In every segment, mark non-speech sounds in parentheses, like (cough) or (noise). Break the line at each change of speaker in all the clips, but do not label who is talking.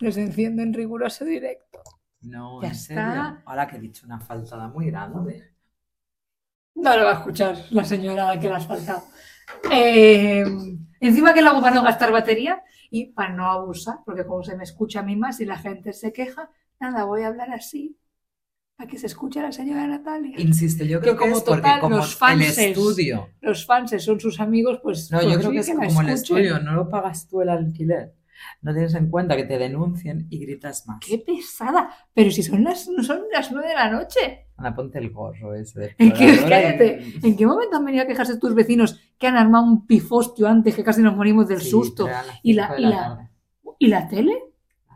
Los enciendo en riguroso directo.
No,
Ya
en serio.
está.
Ahora que he dicho una faltada muy grande.
No lo va a escuchar la señora a la que le has faltado. Eh, encima que lo hago para no gastar batería y para no abusar, porque como se me escucha a mí más y la gente se queja, nada, voy a hablar así para que se escuche a la señora Natalia.
Insisto, yo creo
Que
que,
como
es porque
total,
como
los
el
fanses-
estudio.
Los fans son sus amigos, pues.
No,
pues
yo creo
sí,
que es
la
como el
escuchen.
estudio, no lo pagas tú el alquiler. No tienes en cuenta que te denuncien y gritas más.
¡Qué pesada! Pero si son las, no son las nueve de la noche.
Ana, ponte el gorro ese. de
¿En qué,
exploradora
cállate,
y-
¿En qué momento han venido a quejarse tus vecinos que han armado un pifostio antes que casi nos morimos del
Sí,
susto?
pero a las
Y la-
cinco de
y la-
tarde.
¿Y la tele?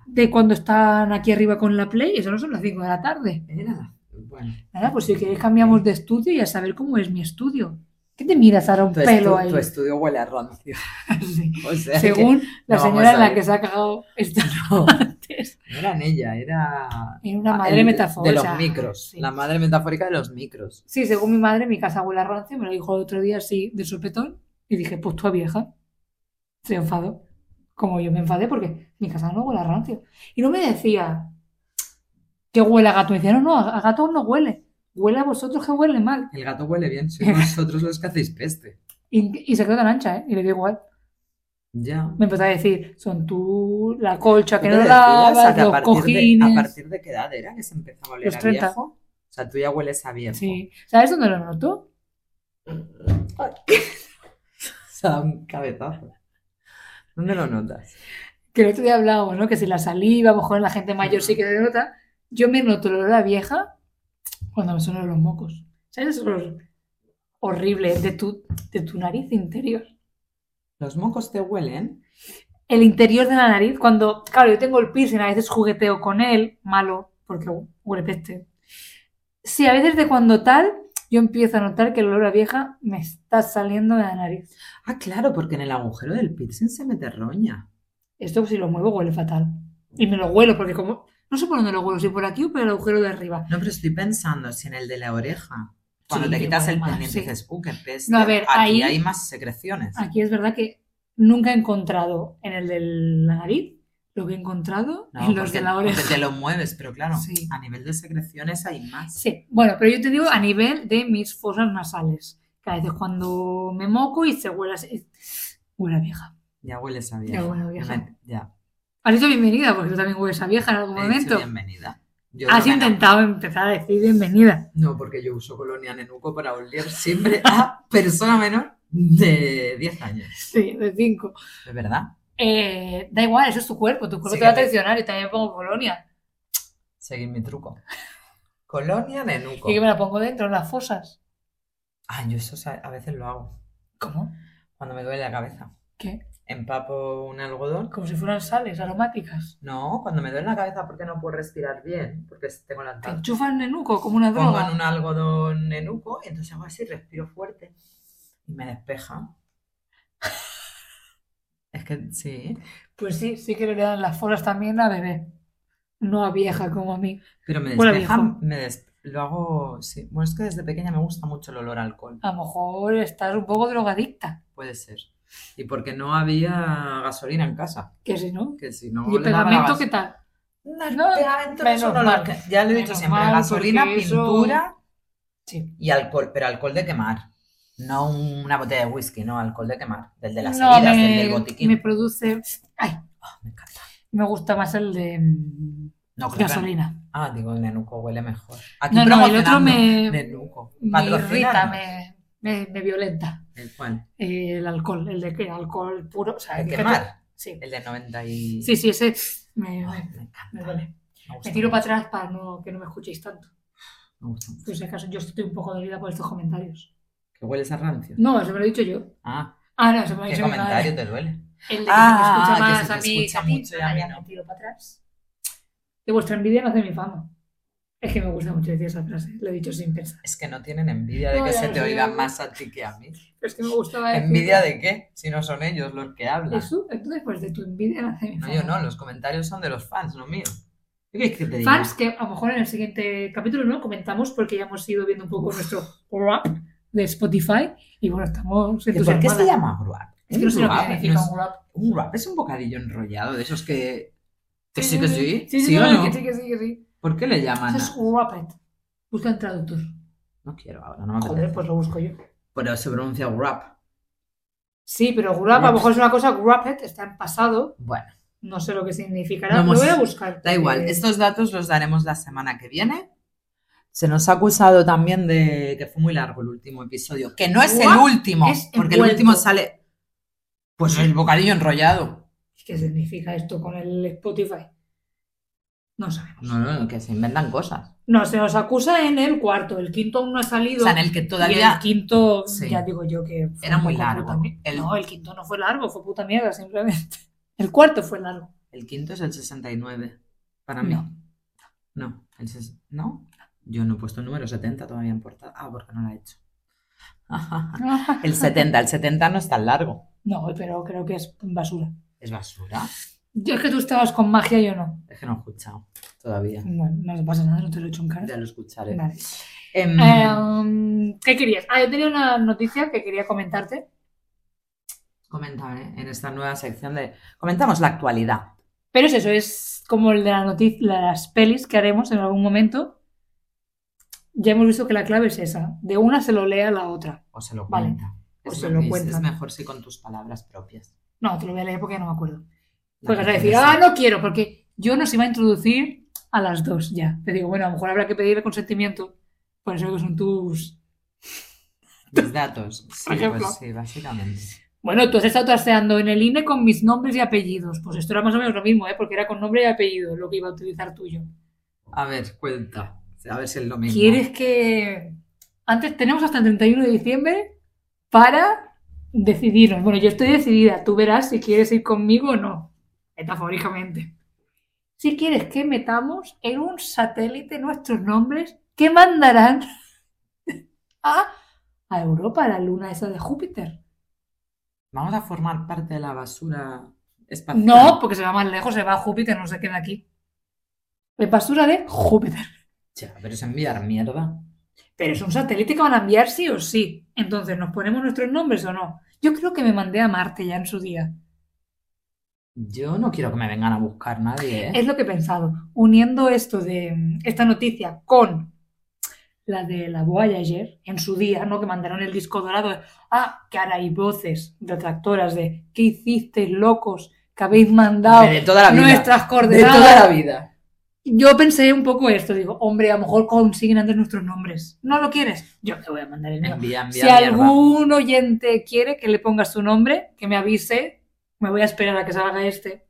De cuando están aquí arriba con la Play, eso no son las 5 de la tarde.
Era, bueno.
Nada, pues si queréis cambiamos de estudio y a saber cómo es mi estudio. ¿Qué te miras ahora un
Tu,
pelo
estu-
ahí? (laughs)
tu estudio huele a rancio.
Sí.
(laughs) O sea
Según la
no vamos
señora en
a
la
ir.
que se ha cagado esta
(laughs) No.
antes.
que no era en ella, era.
Era una
el-
madre metafórica.
De los micros.
Sí.
La madre metafórica de los micros.
Sí, según mi madre, mi casa abuela rancio, me lo dijo el otro día así de sopetón y dije, pues tú a vieja. Se enfadó. Como yo me enfadé porque mi casa no huele a rancio. Y no me decía que huele a gato. Me decía, no, no, a a gato no huele. Huele a vosotros que huele mal.
El gato huele bien,
(laughs)
sois vosotros los que hacéis peste.
Y, y se quedó tan ancha, ¿eh? Y le dio igual.
Ya.
Me empezó a decir, son tú, la colcha que
¿Tú
no
te decías a
lavas,
que a
los
partir de-
cojines.
¿A partir de qué edad era que se empezaba a oler
Los
a
30.
viejo? O sea, tú ya hueles a viejo.
Sí. ¿Sabes dónde lo noto?
O sea, un cabezazo. ¿Dónde lo notas?
que el otro día hablábamos, ¿no? Que si la saliva, a lo mejor en la gente mayor sí que se nota. Yo me noto el olor a vieja cuando me suenan los mocos. ¿Sabes ese olor horrible de tu, de tu nariz interior?
Los mocos te huelen.
El interior de la nariz, cuando, claro, yo tengo el piercing, a veces jugueteo con él, malo, porque huele peste. Sí, a veces de cuando tal, yo empiezo a notar que el olor a vieja me está saliendo de la nariz.
Ah, claro, porque en el agujero del piercing se mete roña.
Esto si lo muevo huele fatal. Y me lo huelo, porque como, no sé por dónde lo huelo, si por aquí o por el agujero de arriba.
No, pero estoy pensando si en el de la oreja. Cuando
Sí,
te
que
quitas el
huele mal,
pendiente
sí.
dices, uh, qué peste.
No, a ver,
Aquí
ahí-
hay más secreciones.
Aquí es verdad que nunca he encontrado en el de la nariz lo que he encontrado
No,
en los
porque-
de la
porque
oreja.
te lo mueves, pero claro,
Sí.
a nivel de secreciones hay más.
Sí, bueno, pero yo te digo a nivel de mis fosas nasales. Que a veces cuando me moco y se huele así. Huele a vieja.
Ya hueles a vieja.
Ya huele a vieja.
Me- Ya.
Has dicho bienvenida, porque tú también hueles a vieja en algún
He dicho
momento.
bienvenida. Yo
Has
no me
intentado empezar a decir bienvenida.
No, porque yo uso colonia nenuco para oler siempre a persona menor de 10 años.
Sí, de cinco.
¿Es verdad?
Eh, da igual, eso es tu cuerpo. Tu cuerpo
Sí,
te va a
que-
traicionar. y también pongo colonia.
Seguid mi truco. Colonia nenuco.
Y que me la pongo dentro, en las fosas.
Ah, yo eso sa- a veces lo hago.
¿Cómo?
Cuando me duele la cabeza.
¿Qué?
Empapo un algodón.
Como si fueran sales aromáticas.
No, cuando me duele la cabeza porque no puedo respirar bien, porque tengo la
Te enchufan nenuco como una
Ah. Pongo
droga.
en un algodón nenuco y entonces hago así, respiro fuerte y me despeja. Es que sí.
Pues sí, sí que le dan las foras también a bebé. No a vieja como a mí.
Pero me
Huele a
despeja,
viejo.
me des- lo hago, sí. Bueno, es que desde pequeña me gusta mucho el olor a alcohol,
A lo mejor estás un poco drogadicta.
puede ser. Y porque no había gasolina en casa,
Que si no.
que si no
¿Y el
le daba la
pegamento
gas-
qué tal?
No, el
No,
pegamento no es un
menos
olor
mal.
que- ya lo he dicho
Menos
siempre,
mal,
gasolina,
porque eso-
pintura
Sí.
y alcohol, pero alcohol de quemar. No una botella de whisky, no, alcohol de quemar, del de las
No,
heridas, del
me,
del botiquín.
me produce. Ay,
Ah, me encanta.
me gusta más el de mm,
No, creo que-
gasolina.
Ah, digo, el nenuco huele mejor. Aquí
No, no, el otro
promocionando
me, me
Nenuco.
irrita,
Patrocínanos.
me, me, me violenta.
¿El cuál?
Eh, El alcohol, el de que alcohol puro. O sea,
El
que-
quemar.
Sí.
El de 90 y...
sí, sí, ese me,
Ay,
me,
me encanta.
me duele.
Me gusta
Me tiro para
mucho,
atrás para no, que no me escuchéis tanto.
me gusta mucho.
Por si acaso, yo estoy un poco dolida por estos comentarios.
¿Que hueles a rancio?
No, eso me lo he dicho yo.
Ah,
Ah, no, eso me lo ha
¿qué
dicho mi
comentario
madre.
te duele?
El de que
Ah,
se me escucha
que
más
se
a
te
mí. que
escucha
a ti,
mucho y a
nada,
mí
ya
no.
me tiro para atrás. De vuestra envidia nace mi fama. Es que me gusta mucho decir esa frase, lo he dicho sin pensar.
Es que no tienen envidia de
No,
que
ya
se
lo
te
sé,
oiga
ya lo
más a ti que a mí.
Pero es que me gustaba decir.
¿Envidia de qué? Si no son ellos los que hablan.
Eso, entonces, pues de tu envidia nace mi
No,
fama.
yo no, los comentarios son de los fans, no míos. ¿Qué quieres que te diga?
Fans que a lo mejor en el siguiente capítulo no comentamos porque ya hemos ido viendo un poco nuestro rap de Spotify y bueno, estamos
¿Y por qué este se
entusiasmadas.
llama grab?
Es que no sé lo que
Grab
significa
es-
un rap.
un wrap es un bocadillo enrollado, de esos que Que ¿Este sí, que sí.
Sí, sí,
¿Sí
no, no,
o no?
que sí, que sí, que sí.
¿Por qué le llaman?
Eso es Wrapped. Busca en traductor.
No quiero ahora, no me
Joder,
acuerdo.
pues lo busco yo.
Pero se pronuncia wrap.
Sí, pero Wrapped, a lo
Wrapped.
mejor es una cosa, Wrapped está en pasado,
Bueno,
no sé lo que significará.
No hemos-
lo voy a buscar. Eh,
da igual.
porque-
Estos datos los daremos la semana que viene. Se nos ha acusado también de que fue muy largo el último episodio. Que no es el
Guau,
último,
es
porque el
envuelto.
último sale. Pues el bocadillo enrollado.
¿Qué significa esto con el Spotify? No sabemos.
No, no, no, que se inventan cosas.
No, se nos acusa en el cuarto. El quinto aún no ha
O
salido.
sea, en el que
Y el
todavía.
quinto,
Sí.
ya digo yo que fue
Era
un
muy
poco
largo.
puta mierda.
El-
No, el quinto no fue largo, fue puta mierda, simplemente. (laughs) El cuarto fue
(laughs)
largo.
El quinto es el 69. Para mí.
No.
No, el ses- ¿no? Yo no he puesto el número 70 todavía en portada. Ah, porque no lo he hecho. (laughs) El 70, el 70 no es tan largo.
No, pero creo que es basura.
Es basura.
Yo es que tú estabas con magia, yo no.
Es que no he escuchado todavía.
Bueno, no pasa nada, no te lo he hecho en cara.
Ya lo escucharé.
Vale.
Em,
Em, ¿Qué querías? Ah, yo tenía una noticia que quería comentarte,
Comentar ¿eh? en esta nueva sección de. Comentamos la actualidad.
pero es eso, es como el de la noticia, las pelis que haremos en algún momento. Ya hemos visto que la clave es esa, de una se lo lea la otra.
O se lo
Vale.
cuenta.
O
Es
se
me-
lo
es-
cuentan.
Es mejor si con tus palabras propias.
No, te lo voy a leer porque ya no me acuerdo.
La
Pues vas a
verdad
decir,
es-
ah, no quiero, porque yo nos iba a introducir a las dos ya. Te digo, bueno, a lo mejor habrá que pedirle consentimiento, por eso que son tus...
Mis datos. Sí,
ejemplo.
pues sí, básicamente.
Bueno, tú has estado trasteando en el INE con mis nombres y apellidos. Pues esto era más o menos lo mismo, ¿eh? Porque era con nombre y apellido lo que iba a utilizar tuyo.
A ver, cuenta. A ver si es lo mismo.
¿Quieres que...? Antes tenemos hasta el 31 de diciembre para decidirnos. Bueno, yo estoy decidida. Tú verás si quieres ir conmigo o no. Metafóricamente. Si quieres que metamos en un satélite nuestros nombres que mandarán (laughs) a, a Europa, a la luna esa de Júpiter.
Vamos a formar parte de la basura espacial.
No, porque se va más lejos, se va a Júpiter, no se queda aquí. Es basura de Júpiter.
Ya, pero es enviar mierda.
Pero es un satélite que van a enviar sí o sí. Entonces, ¿nos ponemos nuestros nombres o no? Yo creo que me mandé a Marte ya en su día.
Yo no quiero que me vengan a buscar nadie, ¿eh?
Es lo que he pensado. Uniendo esto de mm, esta noticia con la de la Voyager en su día, ¿no? Que mandaron el disco dorado. Ah, que ahora hay voces detractoras de ¿qué hicisteis, locos? Que habéis mandado
Hombre, de toda la vida.
nuestras
de
coordenadas.
toda la vida.
Yo pensé un poco esto, digo, hombre, a lo mejor consiguen antes nuestros nombres. ¿No lo quieres? Yo te voy a mandar el mío.
Envía, envía
Si
mierda.
algún oyente quiere que le ponga su nombre, que me avise, me voy a esperar a que salga este.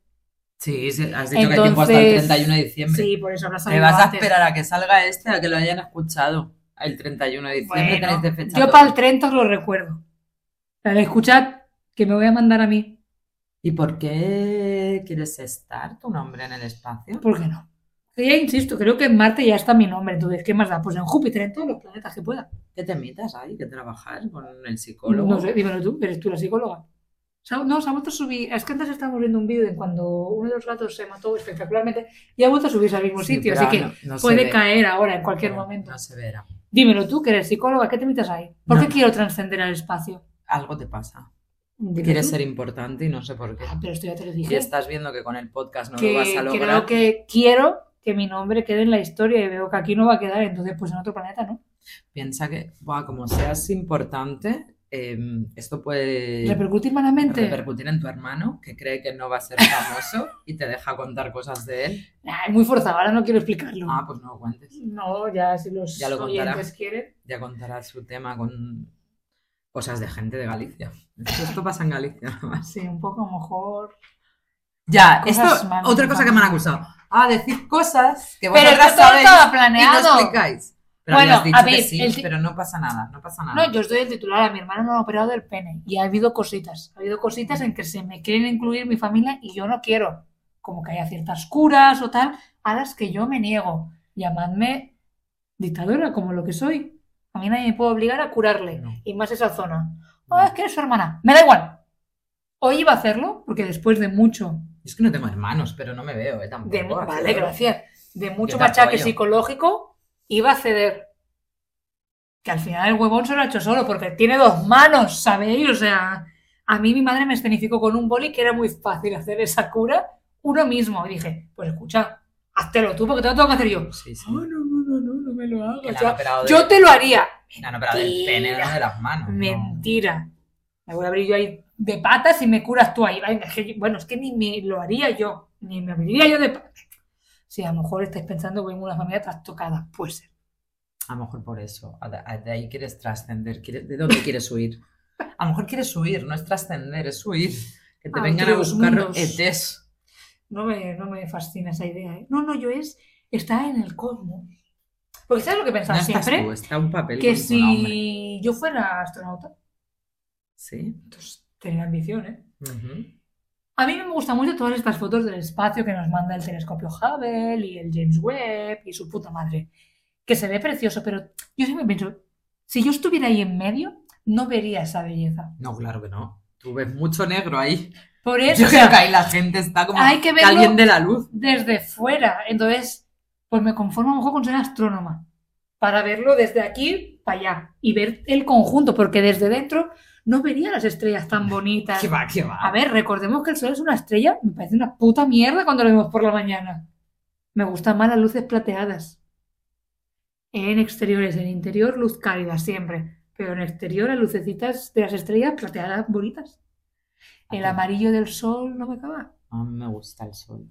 Sí, sí, has dicho que hay tiempo hasta el
Entonces,
31 de diciembre.
Sí, por eso habrá
Te
salido
vas a
antes.
esperar a que salga este, a que lo hayan escuchado. El 31 de diciembre
Bueno,
tenéis de fecha.
yo
todo.
para el 30 os lo recuerdo. La de escuchad, que me voy a mandar a mí.
¿Y por qué quieres estar tu nombre en el espacio?
¿Por qué no? Que ya insisto, creo que en Marte ya está mi nombre, entonces, ¿qué más da? Pues en Júpiter, en todos los planetas que pueda.
¿Qué te mitas ahí? ¿Qué trabajar con el psicólogo?
No sé, dímelo tú, eres tú la psicóloga. Sa- No, se ha vuelto a subir. Es que antes estábamos viendo un vídeo de cuando uno de los gatos se mató espectacularmente y ha vuelto a subirse al mismo
Sí,
sitio,
pero
así que
no- no se
puede
ve.
caer ahora en cualquier
No,
momento.
No se verá.
Dímelo tú, que eres psicóloga, ¿qué te metes ahí? ¿Por
No.
qué quiero trascender al espacio?
Algo te pasa.
Dímelo
Quieres
tú.
ser importante y no sé por qué.
Ah, pero esto ya te lo
Y
dije.
estás viendo que con el podcast no
que
lo vas a
creo
lograr.
que quiero que mi nombre quede en la historia y veo que aquí no va a quedar, entonces pues en otro planeta, ¿no?
Piensa que, buah, como seas importante, eh, esto puede
Repercutir malamente.
repercutir en tu hermano, que cree que no va a ser
(laughs)
famoso y te deja contar cosas de él.
Nah, es muy forzado, ahora no quiero explicarlo.
Ah, pues no lo cuentes.
No, ya si los
Ya lo contará.
oyentes quieren.
Ya contará su tema con cosas de gente de Galicia. Esto, esto pasa en Galicia. (laughs) nomás.
Sí, un poco a lo mejor.
Ya,
Cosas
esto,
mal
otra cosa que me han acusado. Ah, decir cosas que vosotras
esto todo
sabéis
estaba
y no
planeado.
explicáis. Pero
Bueno,
habías dicho
a
que
ver,
sí,
el ti-
pero no pasa nada, no pasa nada.
No, yo os doy el titular. A mi hermano no ha operado del pene. Y ha habido cositas. Ha habido cositas en que se me quieren incluir mi familia y yo no quiero. Como que haya ciertas curas o tal, a las que yo me niego. Llamadme dictadora, como lo que soy. A mí nadie me puede obligar a curarle.
No.
Y más esa zona.
No.
Ah, es que eres su hermana. Me da igual. Hoy iba a hacerlo, porque después de mucho.
Es que no tengo hermanos, pero no me veo, eh, tampoco.
De,
así
vale,
que-
gracias. De mucho
Yo te
machaque
apoyo.
psicológico, iba a ceder. Que al final el huevón se lo ha hecho solo, porque tiene dos manos, ¿sabéis? O sea, a mí mi madre me escenificó con un boli que era muy fácil hacer esa cura uno mismo. Y dije, pues escucha, háztelo tú porque te lo tengo que hacer yo.
Sí, sí.
Ah, no, no, no, no, no me lo hagas.
Que
O
la han
sea,
operado de-
yo te lo haría.
la han operado del pene,
Mentira.
no de las manos. Ah, no.
Mentira. Me voy a abrir yo ahí de patas y me curas tú ahí. Venga, es que yo- bueno, es que ni me lo haría yo, ni me abriría yo de patas. Si a lo mejor estáis pensando que vengo de una familia trastocada, pues ser.
A lo mejor por eso. A- a- De ahí quieres trascender. quieres- ¿De dónde quieres huir? A lo mejor quieres huir, no es trascender, es huir. Que te
A
vengan a
otros
buscar E
mundos.
ETs.
No me, no me fascina esa idea. ¿eh? No, no, yo es estar en el cosmos. Porque ¿sabes lo que
No
pensaba
estás
siempre?
tú, está un papel
que
con tu nombre.
si yo fuera astronauta,
Sí.
entonces tenía ambición, ¿eh?
Ujú.
A mí me gustan mucho todas estas fotos del espacio que nos manda el telescopio Hubble y el James Webb y su puta madre, que se ve precioso, pero yo siempre pienso, si yo estuviera ahí en medio, no vería esa belleza.
No, claro que no. Tú ves mucho negro ahí.
Por eso,
Yo
o
creo
sea,
que ahí la gente está como
hay que
que
verlo
alguien de la luz.
desde fuera, entonces, pues me conformo a lo mejor con ser astrónoma, para verlo desde aquí para allá y ver el conjunto, porque desde dentro no vería las estrellas
(laughs)
tan bonitas.
Que va, que va.
A ver, recordemos que el sol es una estrella. Me parece una puta mierda cuando lo vemos por la mañana. Me gustan más las luces plateadas. En exteriores, en interior, luz cálida siempre. Pero en exterior, las lucecitas de las estrellas plateadas bonitas. El
Aquí.
amarillo del sol no me acaba.
A mí me gusta el sol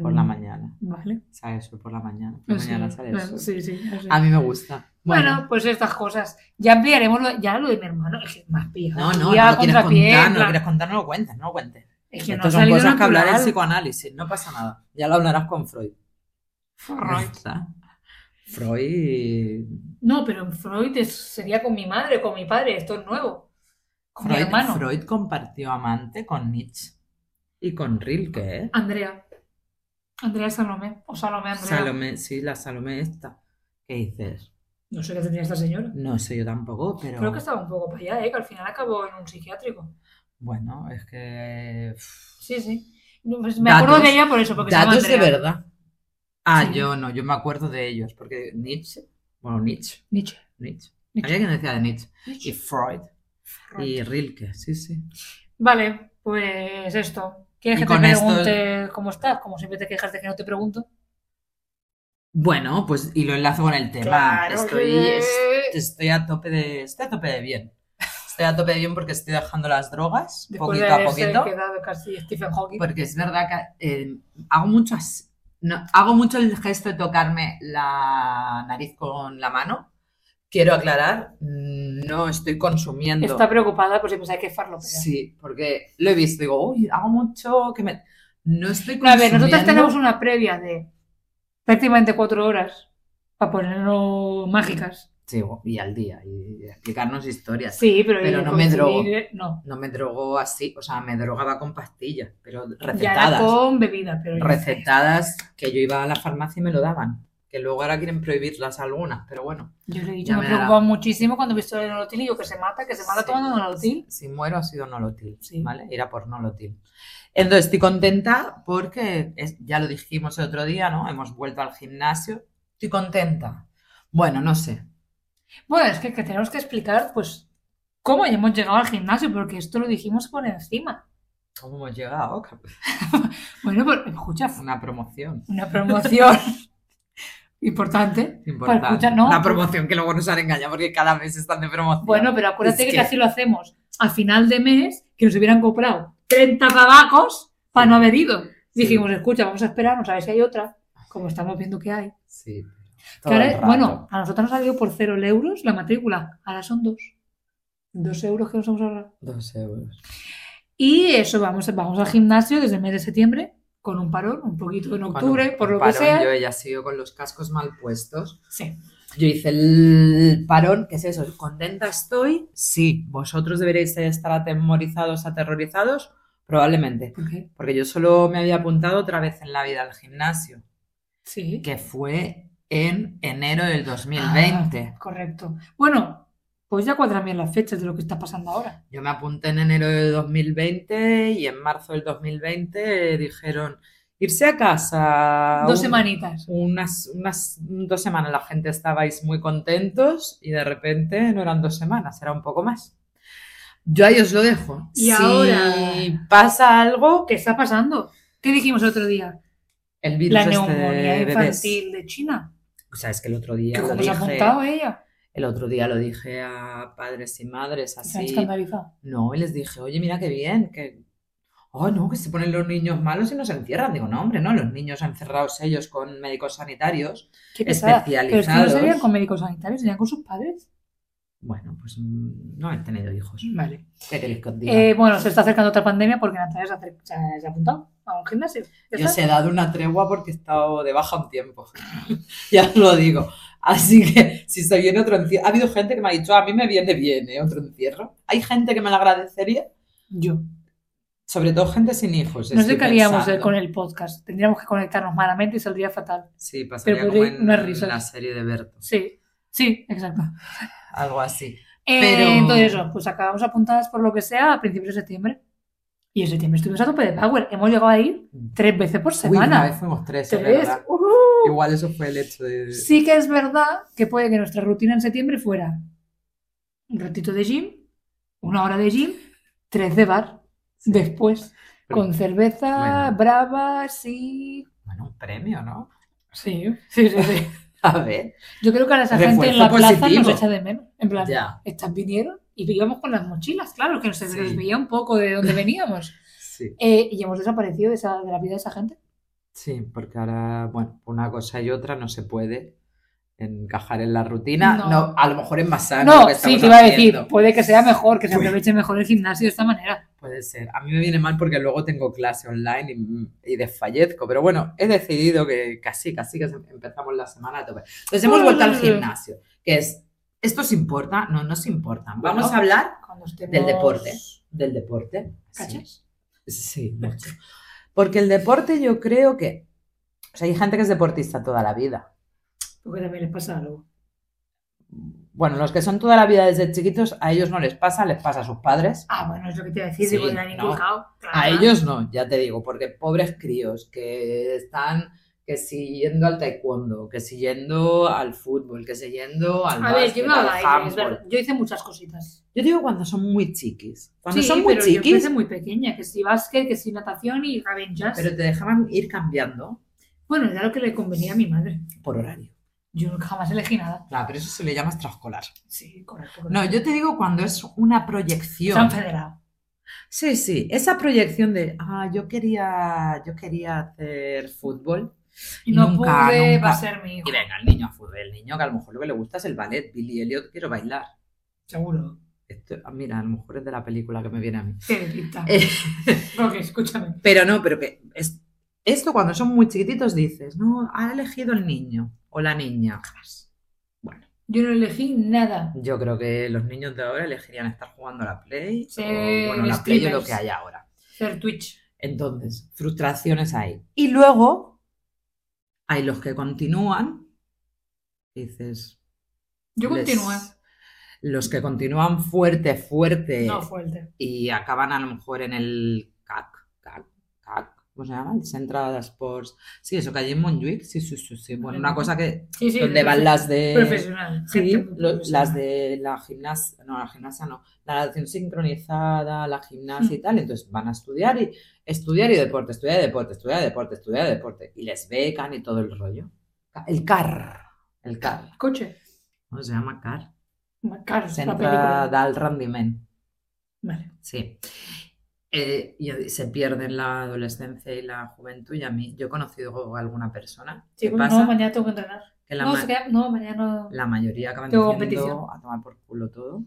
por la
Mm,
mañana.
Vale.
Sale el sol por la mañana. Por la
Sí,
mañana sale el
bueno,
sol. Ah,
sí, sí, así.
A mí me gusta.
Bueno, pues estas cosas. Ya ampliaremos lo, ya lo de mi hermano. Es que es más pija.
No, no,
Pija
no lo quieres
contra pija,
contar,
en
no lo
plan,
quieres contar, no lo cuentes, no lo cuentes.
Es que no ha
Estas son
salido
cosas que hablar en
natural.
psicoanálisis, no pasa nada. Ya lo hablarás con Freud.
Ferrari.
Ya está. Freud.
No, pero en Freud es- sería con mi madre, con mi padre, esto es nuevo. Con mi
Freud,
hermano.
Freud compartió amante con Nietzsche y con Rilke, ¿eh?
Andrea. Andrea Salomé. O Salomé Andrea.
Salomé, sí, la Salomé esta. ¿Qué dices?
No sé qué tenía esta señora.
No sé yo tampoco, pero
Creo que estaba un poco para allá, ¿eh? que al final acabó en un psiquiátrico.
bueno, es que pff,
Sí, sí. No, pues me
Datos.
acuerdo de ella por eso, porque se llama
datos de
Andrea.
verdad. Ah,
Sí.
yo no, yo me acuerdo de ellos, porque Nietzsche, bueno, Nietzsche,
Nietzsche.
Nietzsche.
Nietzsche.
Había quien decía de Nietzsche.
Nietzsche.
Y Freud.
Freud.
Y Rilke, sí, sí.
Vale, pues esto. ¿Quieres
Y
que te
con esto-
pregunte cómo estás? Como siempre te quejas de que no te pregunto.
Bueno, pues y lo enlazo con el tema.
Claro
estoy,
que-
es- estoy a tope de. Estoy a tope de bien. Estoy a tope de bien porque estoy dejando las drogas
Después
poquito
de
a
haberse
poquito. Pues,
quedado casi Stephen Hawking.
Porque es verdad que eh, hago mucho así- no, hago mucho el gesto de tocarme la nariz con la mano. Quiero aclarar, no estoy consumiendo.
Está preocupada por si pensáis que es ¿eh? farlopera.
Sí, porque lo he visto. Digo, uy, hago mucho que me. No estoy
No, a ver,
consumiendo.
nosotros tenemos una previa de prácticamente cuatro horas para ponernos mágicas.
Sí, y al día, y explicarnos historias.
Sí, pero,
Pero
y
no me drogo.
consumir- eh, No,
No me drogó así, o sea, me drogaba con pastillas, pero
ya era
recetadas.
con bebida, pero ya.
Recetadas que yo iba a la farmacia y me lo daban. Que luego ahora quieren prohibirlas algunas, pero bueno.
yo le he dicho,
Ya
me,
me
he
la-
preocupado muchísimo cuando he visto el nolotil y yo que se mata, que se mata
Sí.
tomando nolotil.
Si muero ha sido nolotil,
Sí.
¿vale? Era por nolotil. Entonces estoy contenta porque, es- ya lo dijimos el otro día, ¿no? Hemos vuelto al gimnasio. Estoy contenta. Bueno, no sé.
Bueno, es que, que tenemos que explicar, pues, cómo hemos llegado al gimnasio, porque esto lo dijimos por encima.
¿Cómo hemos llegado?
Bueno, pues, escucha, fue
Una promoción.
una
(laughs)
promoción importante. Para
Importante.
escuchar, Pues, ¿no?
Una promoción que luego nos han engañado porque cada mes están de promoción.
Bueno, pero acuérdate
Es
que,
que-
casi lo hacemos a final de mes, que nos hubieran comprado 30 tabacos para no haber ido. Dijimos, escucha, vamos a esperarnos a ver si hay otra, como estamos viendo que hay.
Sí.
Que ahora- bueno, a nosotros nos ha salido por 0 euros la matrícula, ahora son 2. 2 euros que nos hemos ahorrado.
Dos euros.
Y eso, vamos, vamos al gimnasio desde el mes de septiembre, con un parón, un poquito en octubre, por lo que sea.
Yo ya sigo con los cascos mal puestos.
Sí.
Yo hice el parón, ¿qué es eso? ¿Contenta estoy? Sí. ¿Vosotros deberéis estar atemorizados, aterrorizados? Probablemente.
¿Por qué?
Porque yo solo me había apuntado otra vez en la vida al gimnasio,
Sí.
que fue en enero del 2020.
Ah, correcto. Bueno, pues ya cuadran bien las fechas de lo que está pasando ahora.
Yo me apunté en enero de 2020 y en marzo del 2020 dijeron irse a casa.
Dos
Ah, un-
semanitas.
Unas, unas dos semanas la gente estabais muy contentos y de repente no eran dos semanas, era un poco más. Yo ahí os lo dejo.
Y
si
ahora-
pasa algo,
¿Qué está pasando? ¿Qué dijimos el otro día?
El virus
La
este
neumonía
de bebés.
infantil de China.
O sea, es que el otro día
Que
lo
como se ha ¿eh?
dije-
apuntado ella.
el otro día lo dije a padres y madres
Se ha
así.
escandalizado.
No, y les dije, oye, mira qué bien, que. Oh, no, que se ponen los niños malos y nos encierran. Digo, no, hombre, no, los niños encerrados ellos con médicos sanitarios.
Qué pesada. Pero es que no
Especializados.
serían con médicos sanitarios, serían con sus padres.
Bueno, pues mm, no han tenido hijos.
Vale.
¿Qué queréis que os diga?
Eh, bueno, se está acercando otra pandemia porque Natalia se, acer- se ha- se ha apuntado a un gimnasio. Ya
Yo
está.
os he dado una tregua porque he estado de baja un tiempo. (laughs) ya os lo digo. Así que si se viene otro encierro. Ha habido gente que me ha dicho, a mí me viene bien ¿eh? otro encierro. Hay gente que me lo agradecería,
Yo.
sobre todo gente sin hijos.
No sé
estoy
qué haríamos
pensando.
eh, con el podcast. Tendríamos que conectarnos malamente y saldría fatal.
Sí, pasaría
Pero
como
podría-
en
unas risas.
la serie de Berto.
Sí, sí, exacto.
Algo así.
Eh,
Pero-
Entonces, eso, pues acabamos apuntadas por lo que sea a principios de septiembre. Y en septiembre estuvimos a tope de Power. Hemos llegado a ir tres veces por
Uy, una vez
semana.
fuimos tres, es
tres.
verdad.
¡Uhú!
Igual eso fue el hecho de...
Sí que es verdad que puede que nuestra rutina en septiembre fuera un ratito de gym, una hora de gym, tres de bar, después
Pero-
con cerveza,
Bueno.
bravas y...
Bueno, un premio, ¿no? (laughs)
Sí, sí, sí. sí.
A ver.
Yo creo que ahora esa
Refuerzo
gente en la plaza
positivo.
nos echa de menos. En plan,
Ya.
estas vinieron y íbamos con las mochilas, claro, que se
Sí.
nos veía un poco de
(laughs)
dónde veníamos.
Sí.
Eh, y hemos desaparecido de, esa- de la vida de esa gente.
Sí, porque ahora, bueno, una cosa y otra no se puede encajar en la rutina.
No.
No, a lo mejor es más sano Ah, lo
no,
que
sí,
estamos
te iba a decir,
haciendo.
puede que sea mejor, que se
Uy.
aproveche mejor el gimnasio de esta manera.
Puede ser. A mí me viene mal porque luego tengo clase online y, y desfallezco. Pero bueno, he decidido que casi, casi que empezamos la semana a tope. Entonces hemos vuelto al gimnasio, que es, ¿esto os importa? No, no se importa. Vamos
Bueno.
a hablar
Cuando estemos...
Del deporte. del deporte. Sí.
¿Cachas?
Sí, mucho. Porque el deporte yo creo que... O sea, hay gente que es deportista toda la vida.
Porque también les pasa algo.
Bueno, los que son toda la vida desde chiquitos, a ellos no les pasa, les pasa a sus padres.
Ah, bueno, es lo que te iba a decir,
Sí,
digo, le han
no.
inculcado. claro.
A ellos no, ya te digo, porque pobres críos que están, que si yendo al taekwondo, que si yendo al fútbol, que si yendo al
A ver,
básquet,
yo me
al
hablaba, es
handball.
verdad, yo hice muchas cositas.
Yo digo cuando son muy chiquis. Cuando
sí,
son muy
pero yo empecé
chiquis,
muy pequeña, que si básquet, que si natación y aventuras.
pero te dejaban ir cambiando
Bueno, era lo que le convenía a mi madre.
por horario.
Yo jamás elegí nada.
Claro, pero eso se le llama extraescolar.
Sí, correcto.
No, yo te digo cuando es una
Se han
proyección.
federado.
Sí, sí, esa proyección de, ah, yo quería, yo quería hacer fútbol.
Y no
Nunca,
pude, va a
nunca.
ser mi hijo.
Y venga, el niño a fútbol, el niño que a lo mejor lo que le gusta es el ballet, Billy Elliot, quiero bailar.
Seguro.
Esto, ah, mira, a lo mejor es de la película que me viene a mí.
Tiene pinta. (laughs)
Eh.
Porque, escúchame.
Pero no, pero que es- esto cuando son muy chiquititos dices, no, ha elegido el niño o la niña.
Yo no elegí nada.
Yo creo que los niños de ahora elegirían estar jugando a la Play
Sí,
o bueno, la Play o lo
streamers.
que hay ahora.
Ser Twitch.
Entonces, frustraciones hay. Y luego hay los que continúan. y Dices,
Yo
les-
continué.
Los que continúan fuerte, fuerte.
No, fuerte.
y acaban a lo mejor en el CAC, CAC, CAC, ¿cómo se llama? El Central de Sports. Sí, eso que hay en Montjuic, sí, sí, sí, sí. Bueno, una cosa que
Sí, sí.
donde van las de
Profesional.
sí,
gente muy
lo-
profesional.
las de la gimnasia, no, la gimnasia no, la natación sincronizada, la gimnasia y
Mm.
tal, entonces van a estudiar y estudiar y deporte, estudiar y deporte, estudiar y deporte, estudiar y deporte y les becan y todo el rollo. El CAR, el CAR,
Coche.
¿cómo se llama CAR?
Claro, es la
Central
película.
del Rendiment.
Vale.
Sí. Eh, y se pierden la adolescencia y la juventud. Y a mí, yo he conocido a alguna persona que
Chicos,
pasa
no, mañana tengo que entrenar.
que la,
No,
ma-
se queda- no, mañana no.
la mayoría acaban
Tengo
diciendo
competición.
a tomar por culo todo.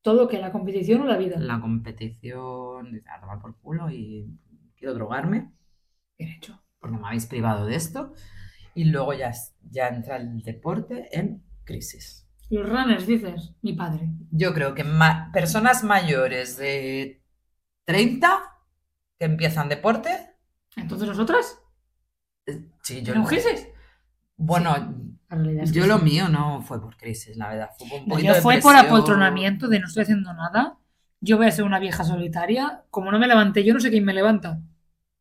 Todo que la competición o la vida.
La competición, dice, a tomar por culo y quiero drogarme
Bien hecho.
porque me habéis privado de esto. Y luego ya, es- ya entra el deporte en crisis.
Los runners, dices. Mi padre.
Yo creo que ma- personas mayores de 30 que empiezan deporte,
Entonces, ¿nosotras?
eh, sí, yo
¿No gises?
Bueno,
La realidad es que
Yo
sí.
lo mío no fue por crisis, la verdad. Fue por un
No,
poquito
yo
de
fue por
presión.
apoltronamiento de no estoy haciendo nada. Yo voy a ser una vieja solitaria. Como no me levanté, yo no sé quién me levanta.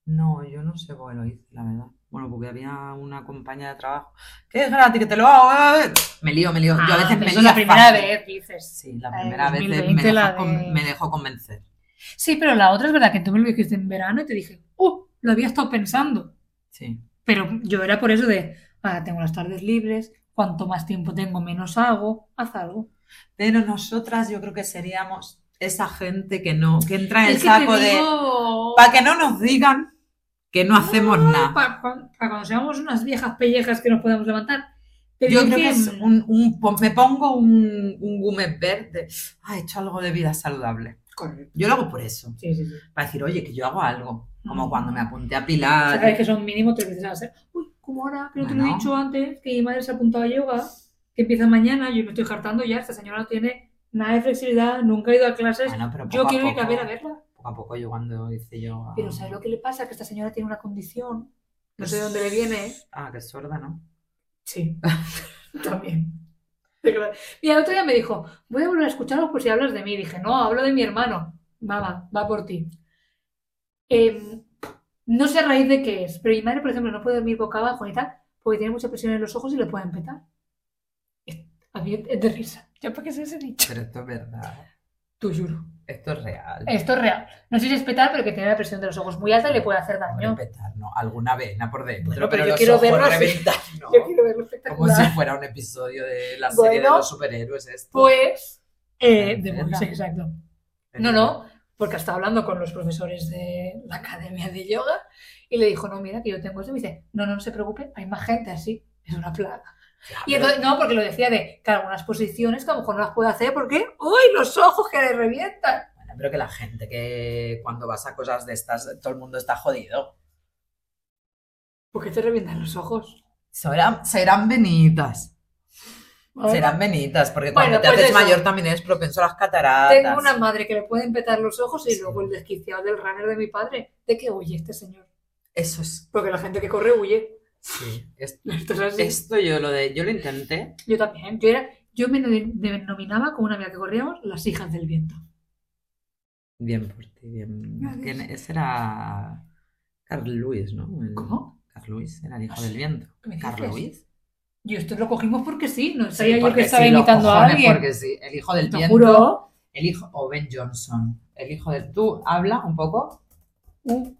No, yo no sé por qué lo hice, la verdad. Bueno, porque había una compañía de trabajo. ¿Qué es gratis que te lo hago? eh? Me lío, me lío. Yo
Ah,
a veces me lío
la primera
fácil.
vez, Eh, dices.
Sí, la
La de
primera vez de-
2020,
me,
la
dejó con-
de-
me dejó convencer.
Sí, pero la otra es verdad que tú me lo dijiste en verano y te dije, ¡uh! lo había estado pensando.
Sí.
Pero yo era por eso de, ah, tengo las tardes libres, cuanto más tiempo tengo, menos hago, haz algo.
Pero nosotras yo creo que seríamos esa gente que no, que entra en el
Es que te
saco de...
digo-
Para que no nos digan que no hacemos
No,
nada.
pa- pa- Para cuando seamos unas viejas pellejas que nos podemos levantar. Pero
Yo creo que es
mm,
un, un po- me pongo un, un gumet verde. Ah, he hecho algo de vida saludable.
Correcto.
Yo lo hago por eso.
Sí, sí, sí.
Para decir, oye, que yo hago algo. Como
Mm.
cuando me apunté a
O sea, cada vez
Pilar.
que son mínimo tres veces a la semana. Uy, como ahora, que no te lo he
Ah, Bueno.
dicho antes, que mi madre se ha apuntado a yoga, que empieza mañana, yo me estoy hartando ya, esta señora no tiene nada de flexibilidad, nunca ha ido a clases.
Bueno, pero
yo
poco
quiero
a
ir a
poco,
ver a verla.
Poco a poco yo cuando hice yo.
Pero ¿sabes lo que le pasa? Que esta señora tiene una condición, no sé de dónde le viene.
Ah, que es sorda, ¿no?
Sí, (laughs) también. De verdad. Mira, el otro día me dijo, voy a volver a escucharlo por si hablas de mí. Dije, no, hablo de mi hermano. Mamá, va por ti. Em, no sé a raíz de qué es, pero mi madre, por ejemplo, no puede dormir boca abajo ni tal, porque tiene mucha presión en los ojos y le pueden petar. Es- A mí es de risa. Ya para qué se ese dicho.
Pero esto es verdad.
Te juro.
Esto es real.
Esto es real. No sé si es petar, pero que tiene la presión de los ojos muy alta y le puede hacer daño.
Hombre, petar, ¿no? Alguna vena por dentro,
Bueno, pero
pero
yo
los
quiero
ojos
verlo así.
reventar,
(laughs)
¿no?
Yo quiero verlo
Como si
espectacular.
fuera un episodio de la serie de
Bueno,
los superhéroes esto.
Pues, eh, de
Enferma.
Moisés, exacto. No, no, porque estaba hablando con los profesores de la academia de yoga y le dijo, no, mira, que yo tengo esto. Y me dice, no, no, no se preocupe, hay más gente así, es una plaga.
Ya,
Y
pero-
entonces, no, porque lo decía de que algunas posiciones que a lo mejor no las puede hacer porque, ¡uy, los ojos que le revientan!
Bueno, pero que la gente que cuando vas a cosas de estas, todo el mundo está jodido.
¿Por qué te revientan los ojos?
Serán, serán venitas.
Bueno,
Serán venitas, porque
Bueno,
cuando te
pues
haces
eso.
mayor también eres propenso a las cataratas.
tengo una madre que le pueden petar los ojos y
Sí.
luego el desquiciado del runner de mi padre, de que huye este señor.
Eso es.
Porque la gente que corre huye. (laughs)
Sí. es-
Esto es así.
esto yo lo de. Yo lo intenté.
Yo también. Yo, era, yo me denominaba como una amiga que corríamos las hijas del viento.
Bien por ti, bien.
Gracias.
¿Quién- Ese era. Carl Luis, ¿no? El-
¿Cómo?
Carl Luis, era el hijo
No
del
sé.
viento.
¿Qué me dices?
¿Carl Luis?
Yo esto lo cogimos porque sí, no sabía yo
porque
que estaba
sí, los
imitando a
cojones,
alguien.
Porque sí, el hijo del
Te
viento.
juro.
El hijo. O Ben Johnson. El hijo del. Tú habla un poco.
Uh.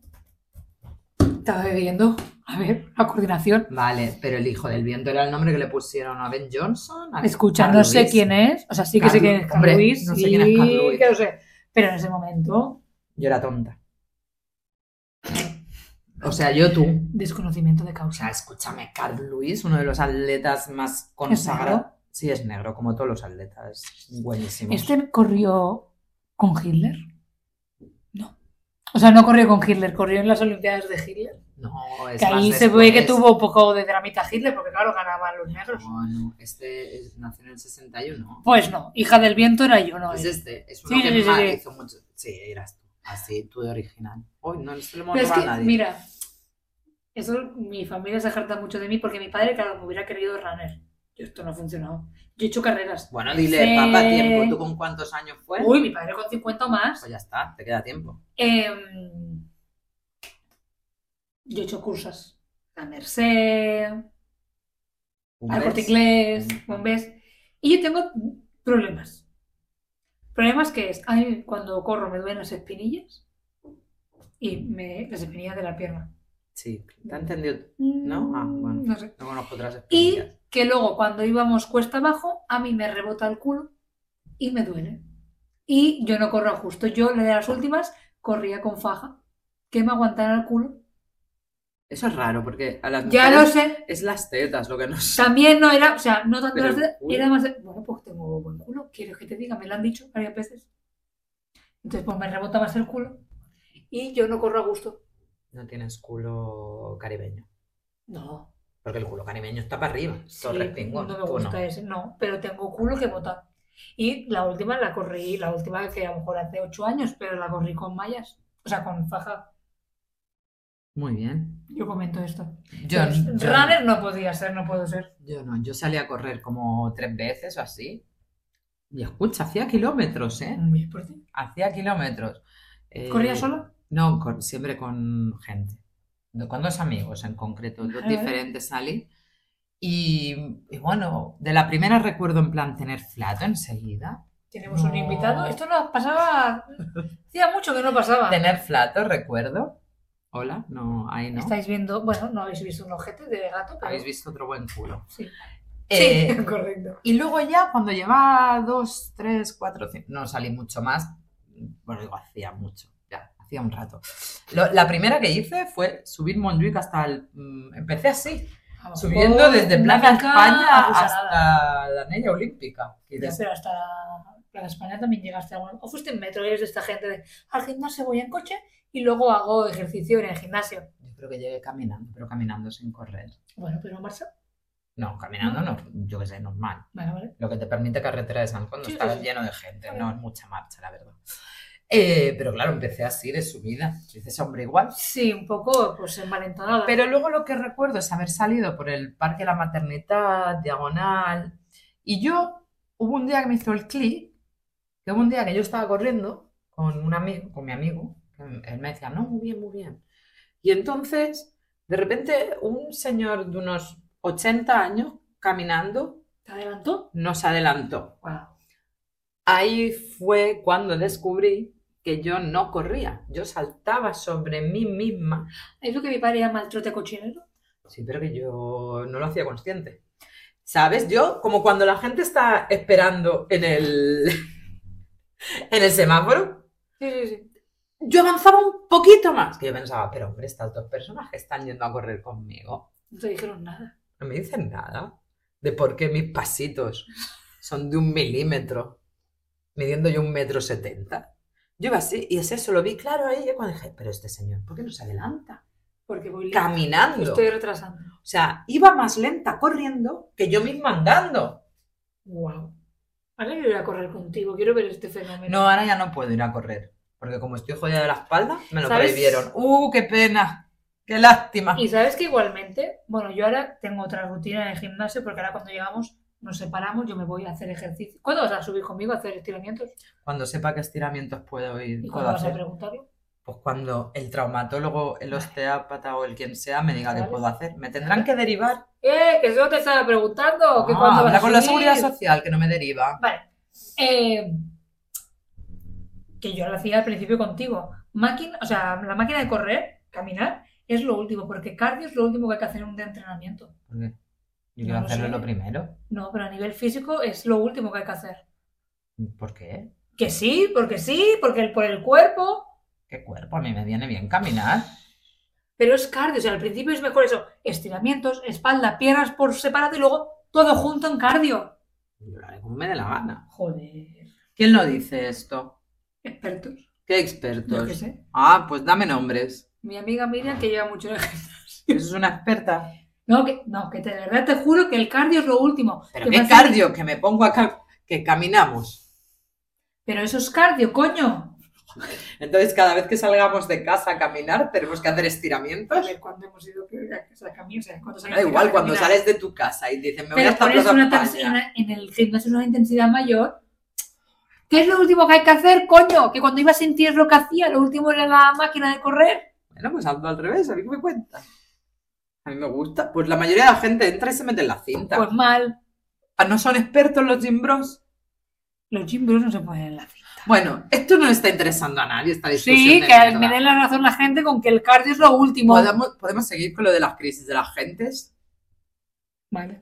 Estaba bebiendo. A ver, la coordinación.
Vale, pero el hijo del viento era el nombre que le pusieron a Ben Johnson. a
Escucha,
Carl
no sé
Lewis.
quién ¿eh? es. O sea, sí que sé
Carl-
quién es Carl
hombre,
Luis.
no sé
sí
quién es Carl Luis.
que lo sé. Pero en ese momento,
Yo era tonta. O sea, yo tú.
desconocimiento de
O sea,
causa.
escúchame, Carl Luis, uno de los atletas más consagrados.
negro?
Sí, es negro, como todos los atletas. Buenísimo.
¿Este corrió con Hitler? No. O sea, no corrió con Hitler, corrió en las Olimpiadas de Hitler.
No, es
Que ahí
más
se ve que
después.
tuvo un poco de dramita Hitler, porque claro, ganaban los negros.
No, no, este es- nació en el 61.
Pues no, hija del viento era yo, no
Es
él.
este, es uno
Sí,
que
sí, sí,
más
sí.
hizo mucho. Sí, eras tú. Así, tú de original. Uy, no, no se lo hemos
Pero es
robado
que,
a nadie.
mira, eso mi familia se harta mucho de mí porque mi padre, claro, me hubiera querido runner. Yo esto no ha funcionado. Yo he hecho carreras.
Bueno, dile,
Sí.
papá, tiempo. ¿Tú con cuántos años fue?
Uy, mi padre con 50 o más.
Pues ya está, te queda tiempo.
Em, yo he hecho cursos. La Merced,
Un
al
mes.
corte inglés,
Mm.
bombés. Y yo tengo problemas. Problemas que es, a mí cuando corro me duelen las espinillas y me, las espinillas de la pierna.
Sí, te ha entendido.
No,
Ah, bueno.
No sé.
No conozco otras
Y
experiencias.
que luego cuando íbamos cuesta abajo, a mí me rebota el culo y me duele. Y yo no corro justo. Yo, la de las últimas, corría con faja. Que me aguantara el culo.
Eso es raro, porque a las
Ya
mujeres
lo sé.
es las tetas lo que nos
También no era, o sea, no tanto
Pero
las
el
de-
culo.
era más de, bueno, pues tengo buen culo, ¿quieres que te diga? Me lo han dicho varias veces. Entonces, pues me rebota más el culo y yo no corro a gusto.
No tienes culo caribeño.
No,
Porque el culo caribeño está para arriba. todo
sí,
respingón.
no me
tú
gusta ese, no, pero tengo culo que bota. Y la última la corrí, la última que a lo mejor hace ocho años, pero la corrí con mallas, o sea, con faja.
Muy bien.
Yo comento esto.
Yo,
Entonces,
yo-
runner no podía ser, no puedo ser.
yo no, yo salí a correr como tres veces o así. Y escucha, hacía kilómetros, ¿eh?
Muy bien por ti.
Hacía kilómetros. Eh,
¿Corría sola?
No, con- siempre con gente. Do- Con dos amigos en concreto, dos
Ah, Vale.
diferentes salí. Y, y bueno, de la primera recuerdo en plan tener flato enseguida.
Tenemos un
No.
invitado. Esto no pasaba. Hacía mucho que no pasaba.
Tener flato, recuerdo. Hola, no, ahí no.
Estáis viendo, bueno, no habéis visto un ojete de gato, pero
Habéis visto otro buen culo.
sí.
Eh,
Sí, (laughs) correcto.
Y luego ya cuando llevaba dos, tres, cuatro, cinco, no salí mucho más. Bueno, digo, hacía mucho, ya, hacía un rato. Lo- la primera que hice fue subir Montjuic hasta el... mm, empecé así,
Vamos,
subiendo
por
desde
una
Plaza
pica
España
acusarada.
hasta la Anella Olímpica. Y
Ya,
des-
pero hasta Plaza España también llegaste a... O fuiste en metro, eres de esta gente de al gimnasio voy en coche y luego hago ejercicio en el gimnasio.
Yo creo que llegué caminando, pero caminando sin correr.
Bueno, pues pero marcha.
No, caminando no, yo qué sé, normal.
Vale, vale.
Lo que te permite carretera de San Juan, no
Sí,
está
sí, sí.
lleno de gente,
Claro.
no es mucha marcha, la verdad. Eh, pero claro, empecé así de subida. Dices, hombre, igual
Sí, un poco pues envalentonada.
Pero luego lo que recuerdo es haber salido por el Parque de la Maternidad, Diagonal, y yo, hubo un día que me hizo el clic, que hubo un día que yo estaba corriendo con un amigo, con mi amigo, que él me decía, no, muy bien, muy bien. Y entonces, de repente, un señor de unos 80 años, caminando,
¿Te adelantó?
nos adelantó.
Wow.
Ahí fue cuando descubrí que yo no corría, yo saltaba sobre mí misma
Es lo que mi padre llama el trote cochinero.
Sí, pero que yo no lo hacía consciente. ¿Sabes? Yo, como cuando la gente está esperando en el, (laughs) en el semáforo,
Sí, sí, sí.
yo avanzaba un poquito más. Que yo pensaba, pero hombre, estas dos personas que están yendo a correr conmigo
No te dijeron nada.
no me dicen nada de por qué mis pasitos son de un milímetro, midiendo yo un metro setenta. Yo iba así, y es eso, lo vi claro ahí, yo cuando dije, pero este señor, ¿por qué no se adelanta?
Porque voy lenta.
Caminando.
Estoy retrasando.
O sea, iba más lenta corriendo que yo misma andando.
Wow. Ahora quiero ir a correr contigo, quiero ver este fenómeno.
No, ahora ya no puedo ir a correr. Porque como estoy jodida de la espalda, me lo
¿Sabes?
prohibieron. ¡Uh, qué pena! ¡Qué lástima!
Y sabes que igualmente, bueno, yo ahora tengo otra rutina en el gimnasio porque ahora cuando llegamos nos separamos, yo me voy a hacer ejercicio. ¿Cuándo vas a subir conmigo a hacer estiramientos?
Cuando sepa qué estiramientos puedo ir,
¿Y
puedo
cuándo vas a
hacer.
preguntarlo?
Pues cuando el traumatólogo, el osteópata o el quien sea me diga qué
Vale.
puedo hacer. Me tendrán que derivar.
¡Eh! Que yo te estaba preguntando. que
Ah,
cuándo vas
habla
a
con la
subir.
seguridad social que no me deriva.
Vale. Eh, que yo lo hacía al principio contigo. Máquina, o sea, la máquina de correr, caminar, es lo último, porque cardio es lo último que hay que hacer en un día de entrenamiento.
¿Por qué? Yo
No
quiero
lo
hacerlo
sé.
lo primero.
No, pero a nivel físico es lo último que hay que hacer.
¿Por qué?
Que sí, porque sí, porque el, por el cuerpo.
¿Qué cuerpo? A mí me viene bien caminar.
Pero es cardio, o sea, al principio es mejor eso. Estiramientos, espalda, piernas por separado y luego todo junto en cardio.
Yo lo haré como me dé la gana.
Joder.
¿Quién lo dice esto?
Expertos.
¿Qué
Yo qué
expertos?
sé.
Ah, pues
(laughs)
dame nombres.
Mi amiga Miriam, que lleva mucho en el
Eso es una experta.
No, que, no, que te- de verdad te juro que el cardio es lo último.
Pero
Que
qué
vas a-
cardio, que me pongo acá, que caminamos.
Pero eso es cardio, coño.
Entonces, cada vez que salgamos de casa a caminar, tenemos que hacer estiramientos.
cuándo hemos ido a caminar.
Da igual, cuando sales de tu casa y dicen, me voy
Pero
hasta
pones
Plaza
una
España.
intensidad, en el gimnasio una intensidad mayor. ¿Qué es lo último que hay que hacer, coño? Que cuando ibas en tierra lo que hacía, lo último era la máquina de correr.
Bueno, pues hazlo al revés, a mí qué me cuenta. A mí me gusta. Pues la mayoría de la gente entra y se mete en la cinta.
Pues mal.
Ah, ¿No son expertos los gym bros?
Los gym bros no se ponen en la fila.
Bueno, esto no está interesando a nadie, esta discusión.
Sí,
de
que
mierda.
me den la razón la gente con que el cardio es lo último.
¿Podemos, podemos seguir con lo de las crisis de las gentes.
Vale,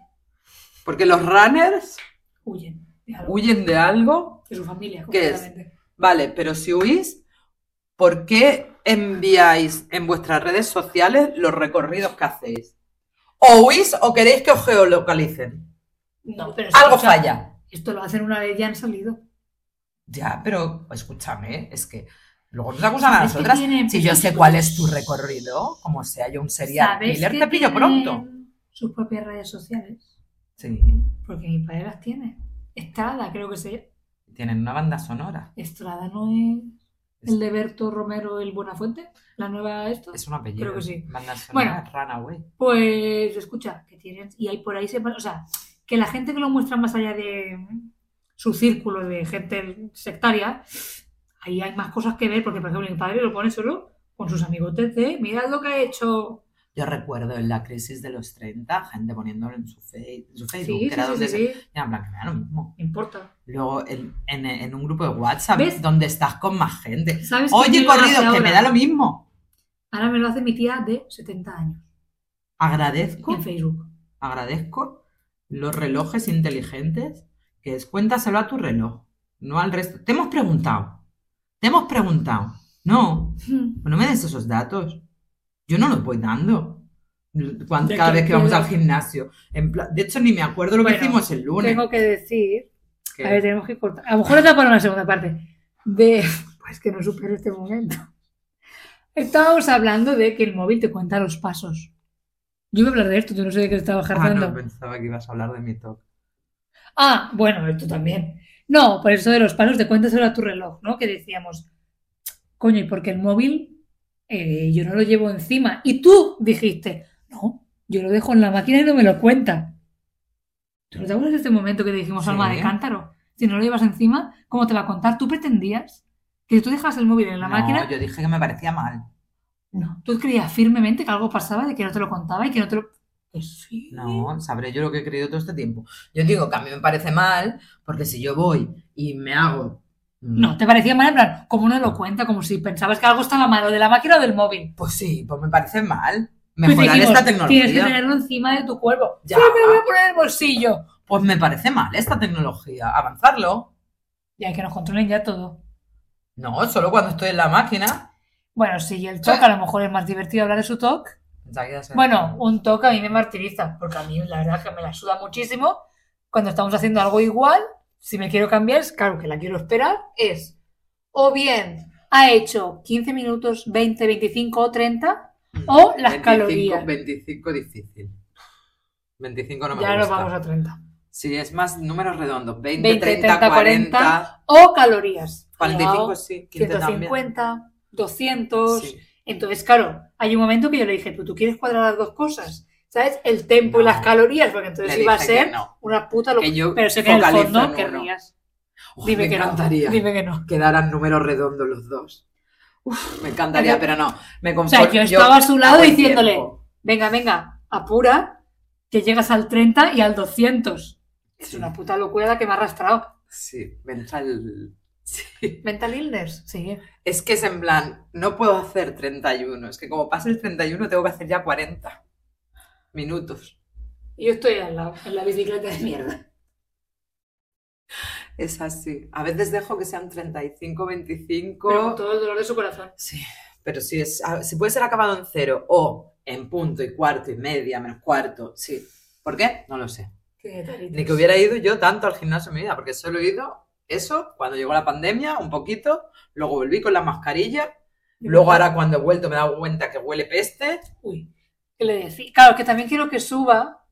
Porque los runners
huyen. de algo,
huyen de algo.
De su familia,
¿Qué es?
completamente.
Vale, pero si huís, ¿por qué enviáis en vuestras redes sociales los recorridos que hacéis? ¿O huís o queréis que os geolocalicen?
No, pero
Algo
escucha,
falla.
Esto lo hacen una vez, ya han salido.
Ya, pero escúchame, es que luego nos acusan a
¿Sabes qué Pues
nosotras.
tienen?
Si yo sé cuál es tu recorrido, como sea yo un serial
¿Sabes
killer,
que
te pillo
tienen
pronto.
Sus propias redes sociales.
Sí,
Porque mi padre las tiene. Estrada, creo que se
tienen una banda sonora.
Estrada no es el de Berto Romero el Buenafuente, la nueva esto.
Es un apellido.
Creo que sí.
Banda sonora, Runaway.
Pues escucha, que tienen. Y hay por ahí se o sea, que la gente que lo muestra más allá de su círculo de gente sectaria, ahí hay más cosas que ver, porque por ejemplo mi padre lo pone solo con sus amigotes de mirad lo que ha hecho.
Yo recuerdo en la crisis de los 30, gente poniéndolo en su, fe- en su
Sí,
Facebook,
sí,
que era
sí,
donde
sí,
se...
sí,
Ya, en plan, que me da lo mismo.
no importa.
Luego en, en- en un grupo de WhatsApp,
¿Ves?
donde estás con más gente.
¿Sabes quién
Oye,
lo hace
corrido, que me
ahora?
da lo mismo.
Ahora me lo hace mi tía de 70 años
Agradezco,
en Facebook.
agradezco los relojes inteligentes que descuéntaselo a tu reloj, no al resto. Te hemos preguntado. Te hemos preguntado. No,
Mm.
Pues no me des esos datos. Yo no los voy dando. Cuan-
Ya
cada
que
vez que vamos
puedo.
al gimnasio. En pla- de hecho, ni me acuerdo lo que
Bueno,
hicimos el lunes.
Tengo que decir,
que-
a ver, tenemos que cortar. A lo mejor está para una segunda parte. De, (laughs) pues que no supero este momento. Estábamos hablando de que el móvil te cuenta los pasos. Yo voy a hablar de esto, yo no sé de qué estaba
Ah,
jardando.
no, pensaba que ibas a hablar de mi top.
Ah, bueno, esto también. No, por eso de los pasos te cuentas a tu reloj, ¿no? Que decíamos, coño, y porque el móvil eh, yo no lo llevo encima. Y tú dijiste, no, yo lo dejo en la máquina y no me lo cuenta. ¿Tú no te acuerdas de este momento que te dijimos
Sí.
alma de cántaro? Si no lo llevas encima, ¿cómo te va a contar? ¿Tú pretendías que si tú dejabas el móvil en la
No,
máquina?
yo dije que me parecía mal.
No, tú creías firmemente que algo pasaba, de que no te lo contaba y que no te lo... Que sí.
No, sabré yo lo que he creído todo este tiempo. Yo digo que a mí me parece mal, porque si yo voy y me hago. mm,
No, te parecía mal en plan, como no lo cuenta, como si pensabas que algo estaba malo de la máquina o del móvil.
Pues sí, pues me parece mal.
Pues
Mejorar
dijimos,
esta
Tienes que
tecnología.
tenerlo encima de tu cuerpo.
Ya.
Ya. me lo voy a poner en el bolsillo.
Pues me parece mal esta tecnología. Avanzarlo.
Y hay que nos controlen ya todo.
No, solo cuando estoy en la máquina.
Bueno, sí, y el TOC a lo mejor es más divertido hablar de su TOC.
Ya que ya sé.
Bueno, un TOC a mí me martiriza, porque a mí la verdad es que me la suda muchísimo. Cuando estamos haciendo algo igual, si me quiero cambiar, es claro que la quiero esperar, es o bien ha hecho 15 minutos, 20, 25 o 30, o las calorías.
25 difícil. 25 no me
ya nos
gusta.
vamos a 30.
Sí, es más números redondos. 20,
20,
30,
30,
40,
40, O calorías.
45
Cuidado,
sí, 15 también.
150, 200.
Sí.
Entonces, claro, hay un momento que yo le dije, tú, tú quieres cuadrar las dos cosas, ¿sabes? El tempo y
No.
las calorías, porque entonces
Le
iba a
dije que
ser
no.
una puta locura.
Que yo
Pero sé que en el
focalizo
fondo
en uno.
querrías.
Uf,
Dime
me
que
encantaría
no. Dime que no.
que daran números redondos los dos. Uf, me encantaría, pero no. Me
O sea,
conformo.
yo estaba a su lado
hago el
diciéndole,
tiempo.
venga, venga, apura, que llegas al 30 y al 200. Es
Sí.
una puta locura la que me ha arrastrado.
Sí, me entra el- (laughs) Sí.
Mental illness, sí.
Es que es en plan, no puedo hacer 31. Es que como pase el 31 tengo que hacer ya 40 minutos.
Y yo estoy al lado, en la bicicleta de mierda.
Es así. A veces dejo que sean 35, 25.
Pero con todo el dolor de su corazón.
Sí, pero si, es, a- si puede ser acabado en cero o en punto y cuarto y media, menos cuarto, sí. ¿Por qué? No lo sé.
Qué taritas.
Ni que hubiera ido yo tanto al gimnasio en mi vida, porque solo he ido eso cuando llegó la pandemia, un poquito, luego volví con la mascarilla, luego ahora cuando he vuelto me he dado cuenta que huele peste.
Uy, ¿qué le decía? Claro, que también quiero que suba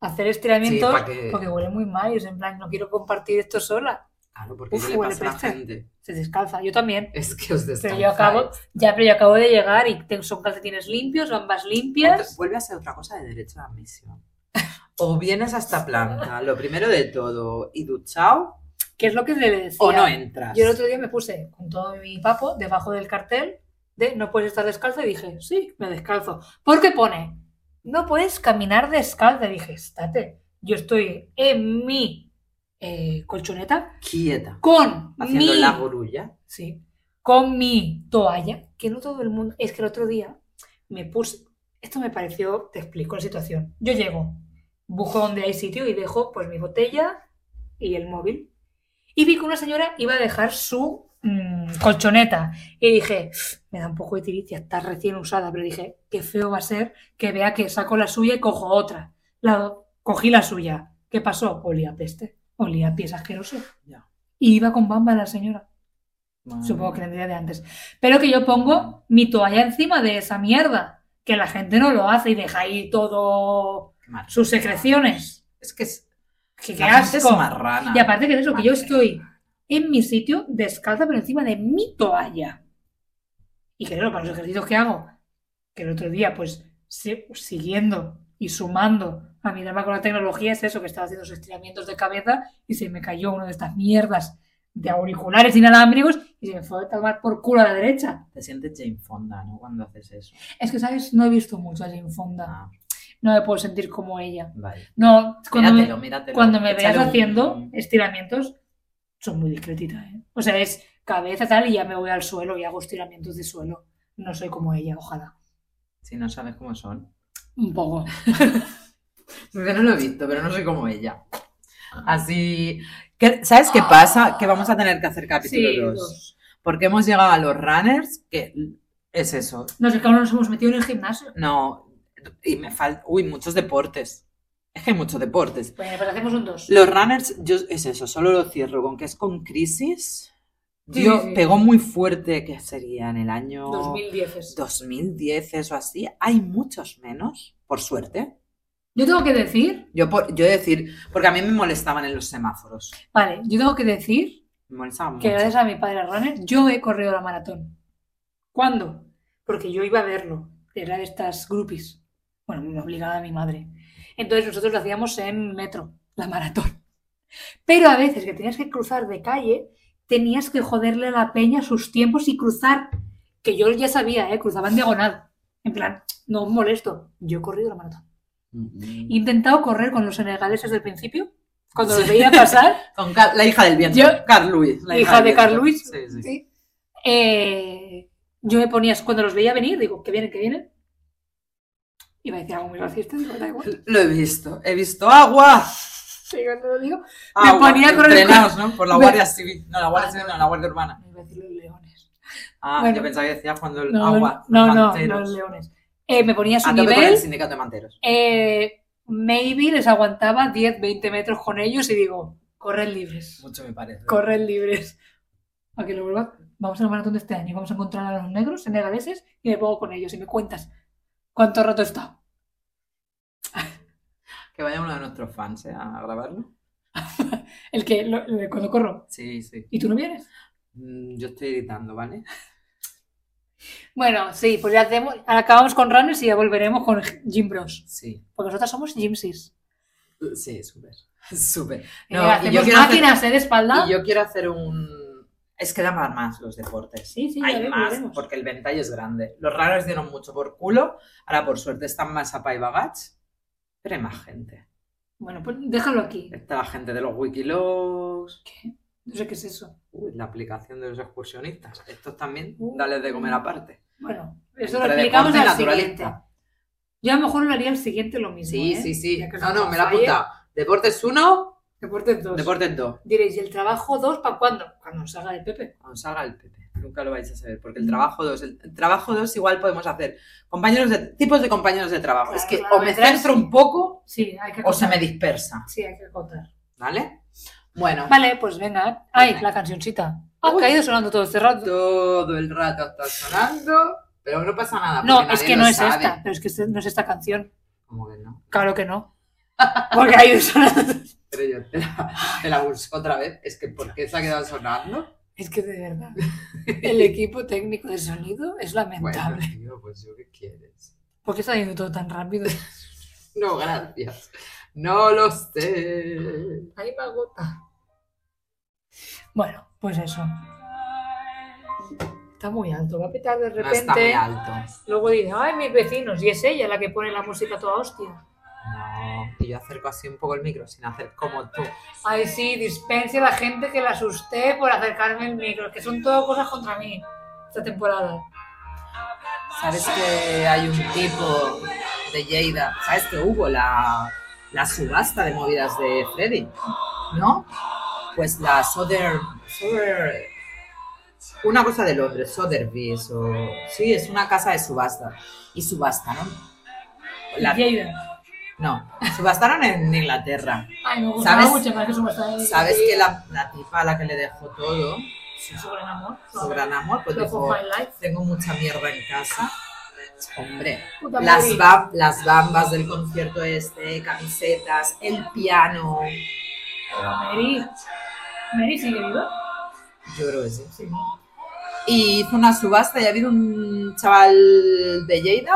a hacer estiramientos
Sí, pa' que-
porque huele muy mal y es en plan, no quiero compartir esto sola.
Claro, porque
Uf,
¿qué le
huele
pasa a la
peste.
gente?
Se descalza, yo también.
Es que os
Pero
descansáis.
yo acabo, ya, pero yo acabo de llegar y tengo, son calcetines limpios, gambas
Otra-
limpias.
Vuelve a ser otra cosa de derecho de admisión. O vienes a esta planta, lo primero de todo, y duchao,
¿Qué es lo que le decía?
o no entras.
Yo el otro día me puse con todo mi papo debajo del cartel de no puedes estar descalzo y dije, sí, me descalzo. Porque pone, no puedes caminar descalzo. Y dije, estate, yo estoy en mi eh, colchoneta
Quieta,
con
haciendo
mi
la gurulla.
Sí. Con mi toalla, que no todo el mundo. Es que el otro día me puse. Esto me pareció, te explico la situación. Yo llego, busco donde hay sitio y dejo pues mi botella y el móvil. Y vi que una señora iba a dejar su mm, colchoneta. Y dije, me da un poco de tiricia, está recién usada, pero dije, qué feo va a ser que vea que saco la suya y cojo otra. La, cogí la suya. ¿Qué pasó? Olía a peste, olía a pies asqueroso.
Ya.
Y iba con bamba la señora. Supongo que vendría de antes. Pero que yo pongo mi toalla encima de esa mierda. Que la gente no lo hace y deja ahí todo
Qué mal.
sus secreciones.
Es que es,
Que, qué
la gente es
asco.
marrana.
Y aparte que es eso, que yo
Madre.
estoy en mi sitio descalza, pero encima de mi toalla. Y que claro, para los ejercicios que hago, que el otro día, pues, si- siguiendo y sumando a mi drama con la tecnología, es eso, que estaba haciendo esos estiramientos de cabeza y se me cayó uno de estas mierdas de auriculares inalámbricos y se me fue a tomar por culo a la derecha.
Te sientes Jane Fonda, ¿no? Cuando haces eso.
Es que, ¿sabes? No he visto mucho a Jane Fonda.
Ah,
No me puedo sentir como ella.
vale.
No, cuando me-
Míratelo, míratelo.
cuando me veas
Échale un-
haciendo estiramientos, son muy discretitas, ¿eh? O sea, es cabeza tal y ya me voy al suelo y hago estiramientos de suelo. No soy como ella, ojalá.
Si no sabes cómo son.
Un poco.
Porque no lo he visto, pero no soy como ella. Así. ¿Qué- ¿Sabes qué pasa? Que vamos a tener que hacer
Ah. Sí,
capítulo 2.
dos.
Porque hemos llegado a los runners, que es eso.
No sé, claro, nos hemos metido en el gimnasio.
No. Y me falta. Uy, muchos deportes. Es que hay muchos deportes.
Pues, pues hacemos un dos.
Los runners, yo es eso, solo lo cierro con que es con crisis.
Sí,
Yo
sí, sí.
pegó muy fuerte, que sería en el año
2010 es.
2010 o así. Hay muchos menos, por suerte.
Yo tengo que decir,
Yo, por, yo he de decir, porque a mí me molestaban en los semáforos.
vale, yo tengo que decir
Me molestaban
que
mucho.
gracias a mi padre runner yo he corrido la maratón. ¿Cuándo? Porque yo iba a verlo. Era de estas groupies. Bueno, me obligaba a mi madre. Entonces nosotros lo hacíamos en metro, la maratón. Pero a veces que tenías que cruzar de calle, tenías que joderle a la peña sus tiempos y cruzar, que yo ya sabía, ¿eh? cruzaba en diagonal. En plan, no os molesto. Yo he corrido la maratón.
Mm.
He intentado correr con los senegaleses desde el principio, cuando los veía pasar.
Con Car- la hija del viento.
Yo-
Carl Lewis. La
hija de
del viento.
Carl Lewis.
Sí, sí.
Sí. Eh, yo me ponía, cuando los veía venir, digo, que vienen, que vienen. Iba a decir algo muy racista, digo, da igual. (laughs)
Lo he visto. He visto agua.
Digo, no lo digo. Me
Agua.
ponía a correr-
Entrenados, ¿no? Por la
Me-
Guardia Civil. No, la Guardia
Ah,
Civil,
no.
no, la Guardia Urbana.
Iba a decir los leones.
Ah,
Bueno.
yo pensaba que decías cuando el
No,
agua.
no,
los Ah,
no,
manteros.
los leones. Eh, me ponía a su
A tope con el
nivel.
sindicato de manteros.
eh, maybe les aguantaba 10, 20 metros con ellos y digo, corred libres.
Mucho me parece.
Corred libres. Para que lo vuelva. Vamos a la maratón de este año. Vamos a encontrar a los negros senegaleses y me pongo con ellos y me cuentas cuánto rato he estado.
Que vaya uno de nuestros fans ¿eh? a grabarlo.
El que lo- lo- cuando corro.
Sí, sí.
¿Y tú no vienes?
Mm, Yo estoy editando, ¿vale?
Bueno, sí, pues ya hacemos, acabamos con runners y ya volveremos con Gym Bros.
Sí.
Porque nosotros somos Gymsis.
Sí, súper. (laughs) Súper.
Eh,
No, y yo
hacemos
quiero hacer-
máquinas eh, de espalda.
Y yo quiero hacer un. Es que dan más los deportes.
Sí, sí, ya
Hay
ve-
más,
veremos.
porque el ventalle es grande. Los raros dieron mucho por culo. Ahora, por suerte, están más a y bagats. Pero hay más gente.
Bueno, pues déjalo aquí.
Está la gente de los Wikilogs.
¿Qué? No sé qué es eso.
uy, la aplicación de los excursionistas. Estos también,
Uh.
dales de comer aparte.
Bueno, eso lo
Entre
explicamos
deporte y
al
naturalista.
siguiente. Yo a lo mejor lo haría el siguiente lo mismo.
Sí,
¿eh?
sí, sí.
Ya que
No,
somos
no, me la
falle.
apunta. Deportes 1,
Deportes 2.
deportes 2.
Diréis, ¿y el trabajo 2 para cuándo? Cuando nos salga de Pepe.
Cuando salga el Pepe. Nunca lo vais a saber,
Mm.
porque el trabajo 2, el, el trabajo 2 igual podemos hacer compañeros de, tipos de compañeros de trabajo.
Claro,
es que
claro,
o me
detrás
centro
sí.
un poco
Sí, hay que
o se
acotar.
me dispersa,
Sí, hay que acotar.
¿vale? Bueno,
Vale, pues venga. Ay,
Venga.
la cancioncita. Ha
Uy.
caído sonando todo este rato.
todo el rato está sonando, pero no pasa nada.
No,
Ah, porque
es
nadie
que
lo
no es
sabe.
esta, pero es que este- no es esta canción.
Como que no.
Claro que no. Porque hay
(laughs)
sonando.
Pero yo te la, te la busco otra vez. Es que ¿por qué se ha quedado sonando?
Es que de verdad, el equipo técnico de sonido es
Bueno,
lamentable.
tío, pues yo qué quieres.
¿Por qué está yendo todo tan rápido?
No, gracias. No lo sé.
Ahí me agota. Bueno, pues eso. Está muy alto, va a petar de
No está muy
repente.
alto.
Luego dice, ay, mis vecinos, y es ella la que pone la música toda hostia.
No, y yo acerco así un poco el micro sin hacer como tú.
Ay, sí, dispense a la gente que la asusté por acercarme el micro, que son todas cosas contra mí esta temporada.
Sabes que hay un tipo de Lleida. Sabes que hubo la, la subasta de movidas de Freddy, ¿no? Pues la Soder. Soder- una cosa de Londres, Sotheby's o. Sí, es una casa de subasta. Y subasta, ¿no? La-
Lleida.
no, subastaron en Inglaterra.
Ay, me gustaba
¿Sabes?
mucho más que su pasada de-
¿Sabes que la, la tipa a la que le dejó todo,
Su gran amor.
su gran amor, pues
Love of
dijo,
my life.
tengo mucha mierda en casa. Hombre,
Puta
las,
movie.
ba- las bambas del concierto este, camisetas, el piano.
Mary. Mary sigue viva.
Yo creo que sí. Y hizo una subasta y ha habido un chaval de Lleida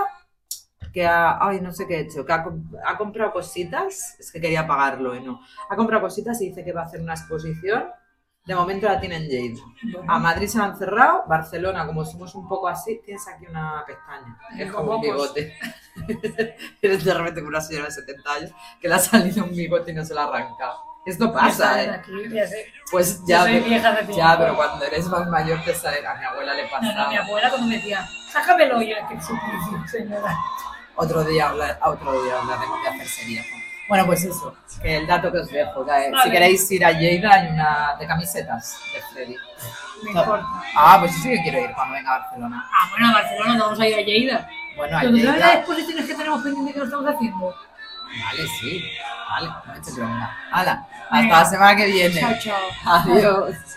que ha, ay, no sé qué ha hecho, que ha, com- ha comprado cositas, es que quería pagarlo y no. Ha comprado cositas y dice que va a hacer una exposición. De momento la tiene en Lleida. A Madrid se la han cerrado, Barcelona, como somos un poco así, tienes aquí una pestaña. Es como un
Bobos.
bigote. (laughs) Eres de repente como una señora de 70 años que le ha salido un bigote y no se la arranca. Esto pasa,
Estamos
¿eh?
aquí.
Ya sé.
Pues
Yo
ya,
soy
pero,
vieja de cinco.
ya, pero cuando eres más mayor te sale. A mi abuela le
No, no, mi
pasaba.
abuela cuando me decía, sácamelo, y yo, que suplicio, señora.
Otro día habla- a otro día hablaremos de hacerse viejo. Bueno, pues eso, que el dato que os dejo. que, eh, Si
Vale.
queréis ir a Lleida, hay una de camisetas de Freddy.
Me
Ah.
importa.
Ah, pues yo sí que quiero ir cuando venga a Barcelona.
Ah, bueno, a Barcelona no vamos a ir a Lleida.
Bueno, a
Pero tú sabes las
Lleida.
exposiciones que tenemos pendientes que no estamos haciendo.
Vale, sí. Vale, no me eches bronca. Hala, hasta
Venga.
la semana que viene.
Chao, chao.
Adiós.